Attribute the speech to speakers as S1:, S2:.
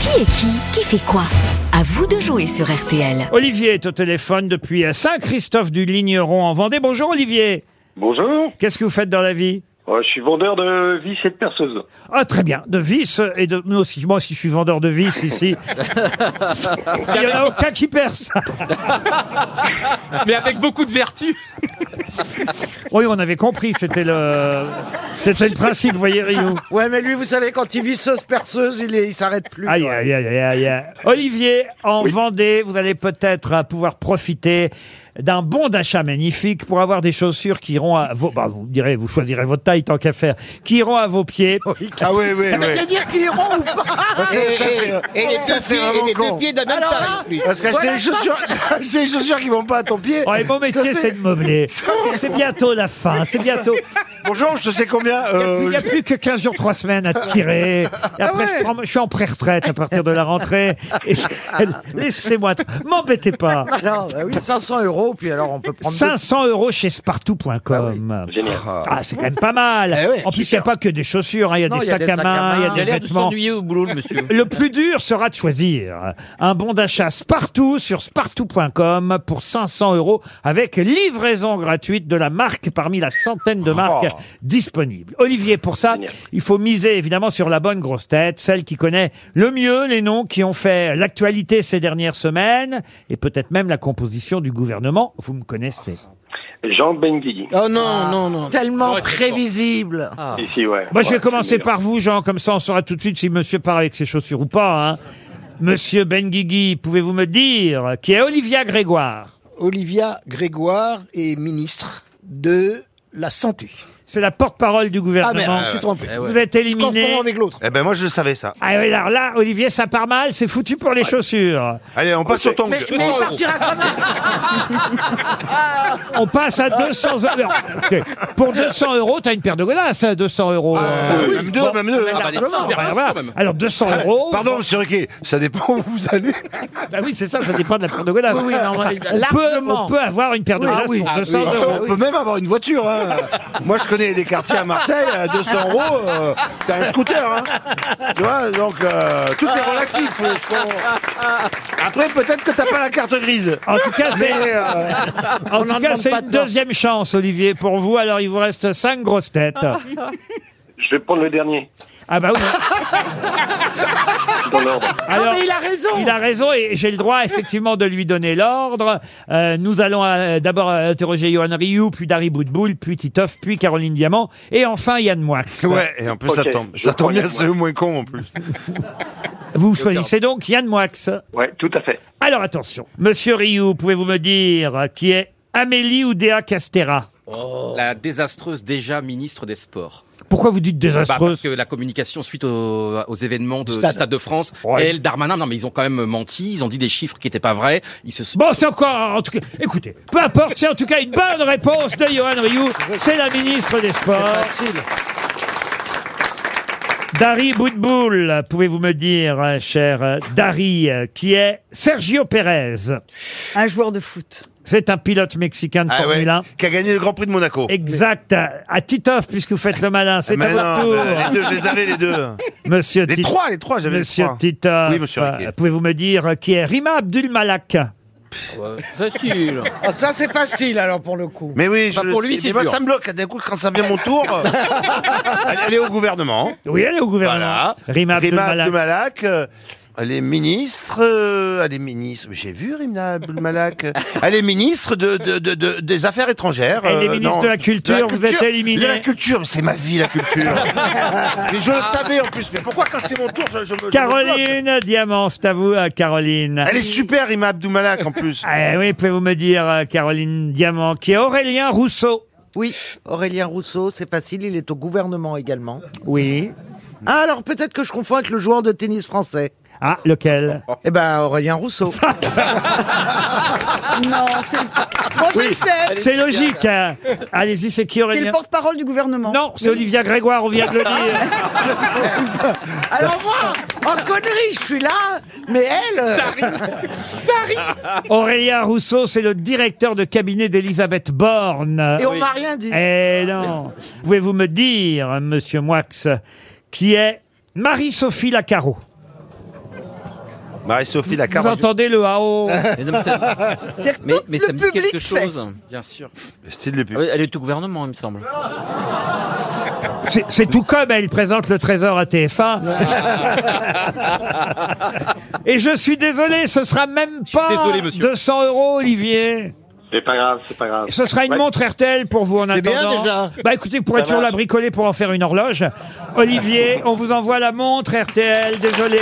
S1: Qui est qui Qui fait quoi À vous de jouer sur RTL.
S2: Olivier est au téléphone depuis euh, Saint-Christophe du Ligneron en Vendée. Bonjour Olivier.
S3: Bonjour,
S2: Qu'est-ce que vous faites dans la vie
S3: Euh, je suis vendeur de vis et de perceuse.
S2: Ah très bien, de vis et de moi aussi, moi aussi je suis vendeur de vis ici. Il y en a aucun qui perce.
S4: mais avec beaucoup de vertu.
S2: Oui, on avait compris, c'était le c'était le principe, vous voyez Rio.
S5: Ouais, mais lui, vous savez, quand il visseuse perceuse, il est- il s'arrête plus.
S2: Aïe,
S5: ouais.
S2: aïe, aïe, aïe, aïe, aïe. Olivier, en Vendée, vous allez peut-être euh, pouvoir profiter d'un bon d'achat magnifique pour avoir des chaussures qui iront à vos... Bah, vous me direz, vous choisirez votre taille tant qu'à faire. Qui iront à vos pieds.
S5: Ah oui, oui, oui.
S6: dire qu'il est rond ou pas
S5: Et les ça, c'est vraiment con. Parce qu'acheter des chaussures, acheter des chaussures qui vont pas à ton pied.
S2: Oh, et mon métier, c'est de meubler. C'est bientôt la fin, c'est bientôt.
S5: Bonjour, je sais combien.
S2: Il
S5: Euh,
S2: n'y a plus que 15 jours, 3 semaines à tirer. Et après, je, prends- je suis en pré-retraite à partir de la rentrée. Et- Laissez-moi. tra- M'embêtez pas.
S5: non, bah oui, 500 euros, puis alors on peut prendre.
S2: 500 euros chez spartou.com.
S3: Génial.
S2: Ah, c'est quand même pas mal.
S5: Eh ouais,
S2: en plus, il n'y a pas que des chaussures, hein, il y a
S5: Non,
S2: des sacs à main, il y a
S5: Il
S2: des
S5: a
S2: vêtements.
S4: au boulot, le monsieur.
S2: Le plus dur sera de choisir un bon d'achat Spartoo sur spartoo.com pour 500 euros avec livraison gratuite de la marque parmi la centaine de marques
S5: Oh.
S2: disponibles. Olivier, pour ça,
S3: Génial.
S2: il faut miser évidemment sur la bonne grosse tête, celle qui connaît le mieux les noms qui ont fait l'actualité ces dernières semaines et peut-être même la composition du gouvernement. Vous me connaissez.
S3: Jean Benguigui.
S5: Oh non, non, non. Tellement
S4: Ouais, c'est Ah.
S5: prévisible.
S7: Ah.
S3: Ici, ouais.
S2: Moi, Ah bah, je vais
S3: Ouais,
S2: commencer
S3: c'est meilleur.
S2: par vous, Jean, comme ça on saura tout de suite si monsieur part avec ses chaussures ou pas. Hein. Monsieur Benguigui, pouvez-vous me dire qui est Olivia Grégoire
S6: Olivia Grégoire est ministre de la Santé.
S2: C'est la porte-parole du
S6: Ah
S2: gouvernement.
S6: merde, je suis trompé.
S4: Eh
S2: Vous êtes
S6: Je confonds
S2: éliminé.
S6: avec l'autre.
S7: Eh ben moi je le savais ça.
S2: Ah oui, alors là, Olivier, ça part mal, c'est foutu pour les chaussures.
S7: Allez, on passe
S3: Ok.
S7: au tong.
S2: On passe à 200 euros. Ok. Pour 200 euros, t'as une paire de godasses à 200
S6: Ah,
S2: euros. euh,
S7: Euh, Même deux, même deux.
S4: bah, les femmes,
S2: voilà,
S4: quand
S2: voilà.
S4: même.
S2: Alors 200 euros.
S7: Pardon, monsieur Riquet, ça dépend où vous allez.
S2: Ah oui, c'est ça, ça dépend de la paire de godasses.
S6: Oui, oui, non,
S2: on,
S6: oui,
S2: peut,
S6: largement.
S2: on peut avoir une paire de
S6: Oui,
S2: godasses
S6: ah oui,
S2: pour
S6: ah
S2: 200 euros.
S7: on peut même avoir une voiture. hein. Moi, je connais des quartiers à Marseille, à 200 euros, euh, t'as un scooter. hein. Tu vois, donc euh, tout est relatif. faut- faut- Après, peut-être que t'as pas la carte grise.
S2: En tout
S6: Ah,
S2: cas, c'est.
S7: Mais, euh,
S2: En
S6: On
S2: tout
S6: n'en
S2: cas,
S6: demande
S2: c'est
S6: pas
S2: une
S6: de toi.
S2: deuxième chance, Olivier, pour vous. Alors, il vous reste cinq grosses têtes.
S6: Ah.
S3: Je vais prendre le dernier,
S2: Ah bah oui.
S3: dans l'ordre.
S2: Alors,
S6: Ah, il a raison.
S2: il a raison et j'ai le droit, effectivement, de lui donner l'ordre. Euh, nous allons euh, d'abord interroger Johan Rioux, puis Dari Boudboul, puis Titoff, puis Caroline Diamant, et enfin Yann Moix.
S7: ouais, et en plus,
S3: Ok,
S7: ça tombe.
S3: je
S7: Ça
S3: prends
S7: tombe bien,
S3: les
S7: c'est le moins con en plus.
S2: Vous choisissez donc Yann Moix.
S3: Ouais, tout à fait.
S2: Alors, attention. Monsieur Rioux, pouvez-vous me dire qui est Amélie Oudéa Castera
S4: La désastreuse déjà ministre des Sports.
S2: Pourquoi vous dites
S4: Bah, parce
S2: désastreuse
S4: que la communication suite aux, aux événements de, du
S6: Stade.
S4: Stade. de France,
S2: Ouais.
S4: elle, Darmanin, non mais ils ont quand même menti, ils ont dit des chiffres qui n'étaient pas vrais, ils se sont...
S2: Bon, c'est encore, en tout cas, écoutez, peu importe, c'est en tout cas une bonne réponse de Johan Rioux. C'est la ministre des Sports.
S5: Facile.
S2: Dari Boudboul, pouvez-vous me dire, euh, cher euh, Dari, euh, qui est Sergio Pérez
S8: Un joueur de foot.
S2: C'est un pilote mexicain de
S7: Ah ouais,
S2: Formule 1.
S7: qui a gagné le Grand Prix de Monaco.
S2: Exact, à, à Titoff, puisque vous faites le malin, c'est
S7: Ah, Mais
S2: à votre
S7: non,
S2: tour.
S7: mais les deux, je les avais les deux.
S2: Monsieur
S7: Les
S2: Tit-
S7: trois, les trois, j'avais les
S2: Monsieur
S7: trois.
S2: Titoff,
S7: Oui, monsieur Riquet.
S2: euh, pouvez-vous me dire euh, qui est Rima Abdulmalak
S4: Facile
S5: Ah, ça, c'est facile, alors, pour le coup.
S7: Mais oui, je
S4: Bah,
S7: le
S4: pour lui,
S7: sais.
S4: c'est
S7: Mais moi,
S4: dur.
S7: ça me bloque. hein, D'un coup, quand ça vient mon tour, euh, elle, elle est au gouvernement.
S2: Oui, elle est au gouvernement.
S7: Voilà.
S2: Rima Abdulmalak.
S7: Abdelmalak. euh, elle est ministre. euh, elle est ministre. J'ai vu Rima Abdelmalak. elle est ministre Ah, de, de- de- de- des Affaires étrangères. euh,
S2: Elle est ministre
S7: non,
S2: Eh, de la culture, vous êtes éliminé.
S7: La culture, c'est ma vie, la culture. Mais je le savais en plus. Mais pourquoi, quand c'est mon tour, je, je me. je me bloque
S2: Caroline Diamant, c'est à vous, euh, Caroline.
S7: Elle est super, Rima Abdelmalak en plus.
S2: Ah oui, pouvez-vous me dire, euh, Caroline Diamant, qui est Aurélien Rousseau
S5: Oui, Aurélien Rousseau, c'est facile, il est au gouvernement également.
S2: Oui.
S5: Ah, alors peut-être que je confonds avec le joueur de tennis français.
S2: Ah, lequel
S7: Oh.
S5: Eh ben, Aurélien Rousseau.
S8: Non, c'est. Moi, je le sais.
S2: C'est logique. hein. Allez-y, c'est qui
S8: C'est le
S2: Aurélien
S8: porte-parole du gouvernement.
S2: Non, c'est Olivia Grégoire, on vient de le dire.
S5: alors moi, en connerie, je suis là, mais elle... euh,
S2: Aurélien Rousseau, c'est le directeur de cabinet d'Elisabeth Borne.
S5: Et on m'a rien dit.
S2: Eh non. Pouvez-vous me dire, monsieur Moix, qui est Marie-Sophie Lacaro
S7: Marie-Sophie
S2: Vous
S7: Lacarre.
S2: entendez le AO
S9: Mais, non, mais ça,
S8: C'est-à-dire que
S9: mais-
S8: tout
S9: mais ça
S8: le
S9: me dit
S8: public
S9: quelque
S8: sait.
S9: chose.
S4: Bien sûr.
S7: Style de pub.
S9: Ah oui, Elle est au gouvernement, il me semble.
S2: C'est- C'est tout comme elle présente le trésor à TF1. Et je suis désolé, ce sera même pas
S4: désolé, monsieur.
S2: 200 euros, Olivier.
S3: C'est pas grave, c'est pas grave.
S2: Ce sera une
S3: Ouais.
S2: montre RTL pour vous en attendant.
S6: bien, déjà.
S2: Bah écoutez, vous pourrez
S3: Ça
S2: toujours
S3: va.
S2: la bricoler pour en faire une horloge. Olivier, on vous envoie la montre RTL, désolé.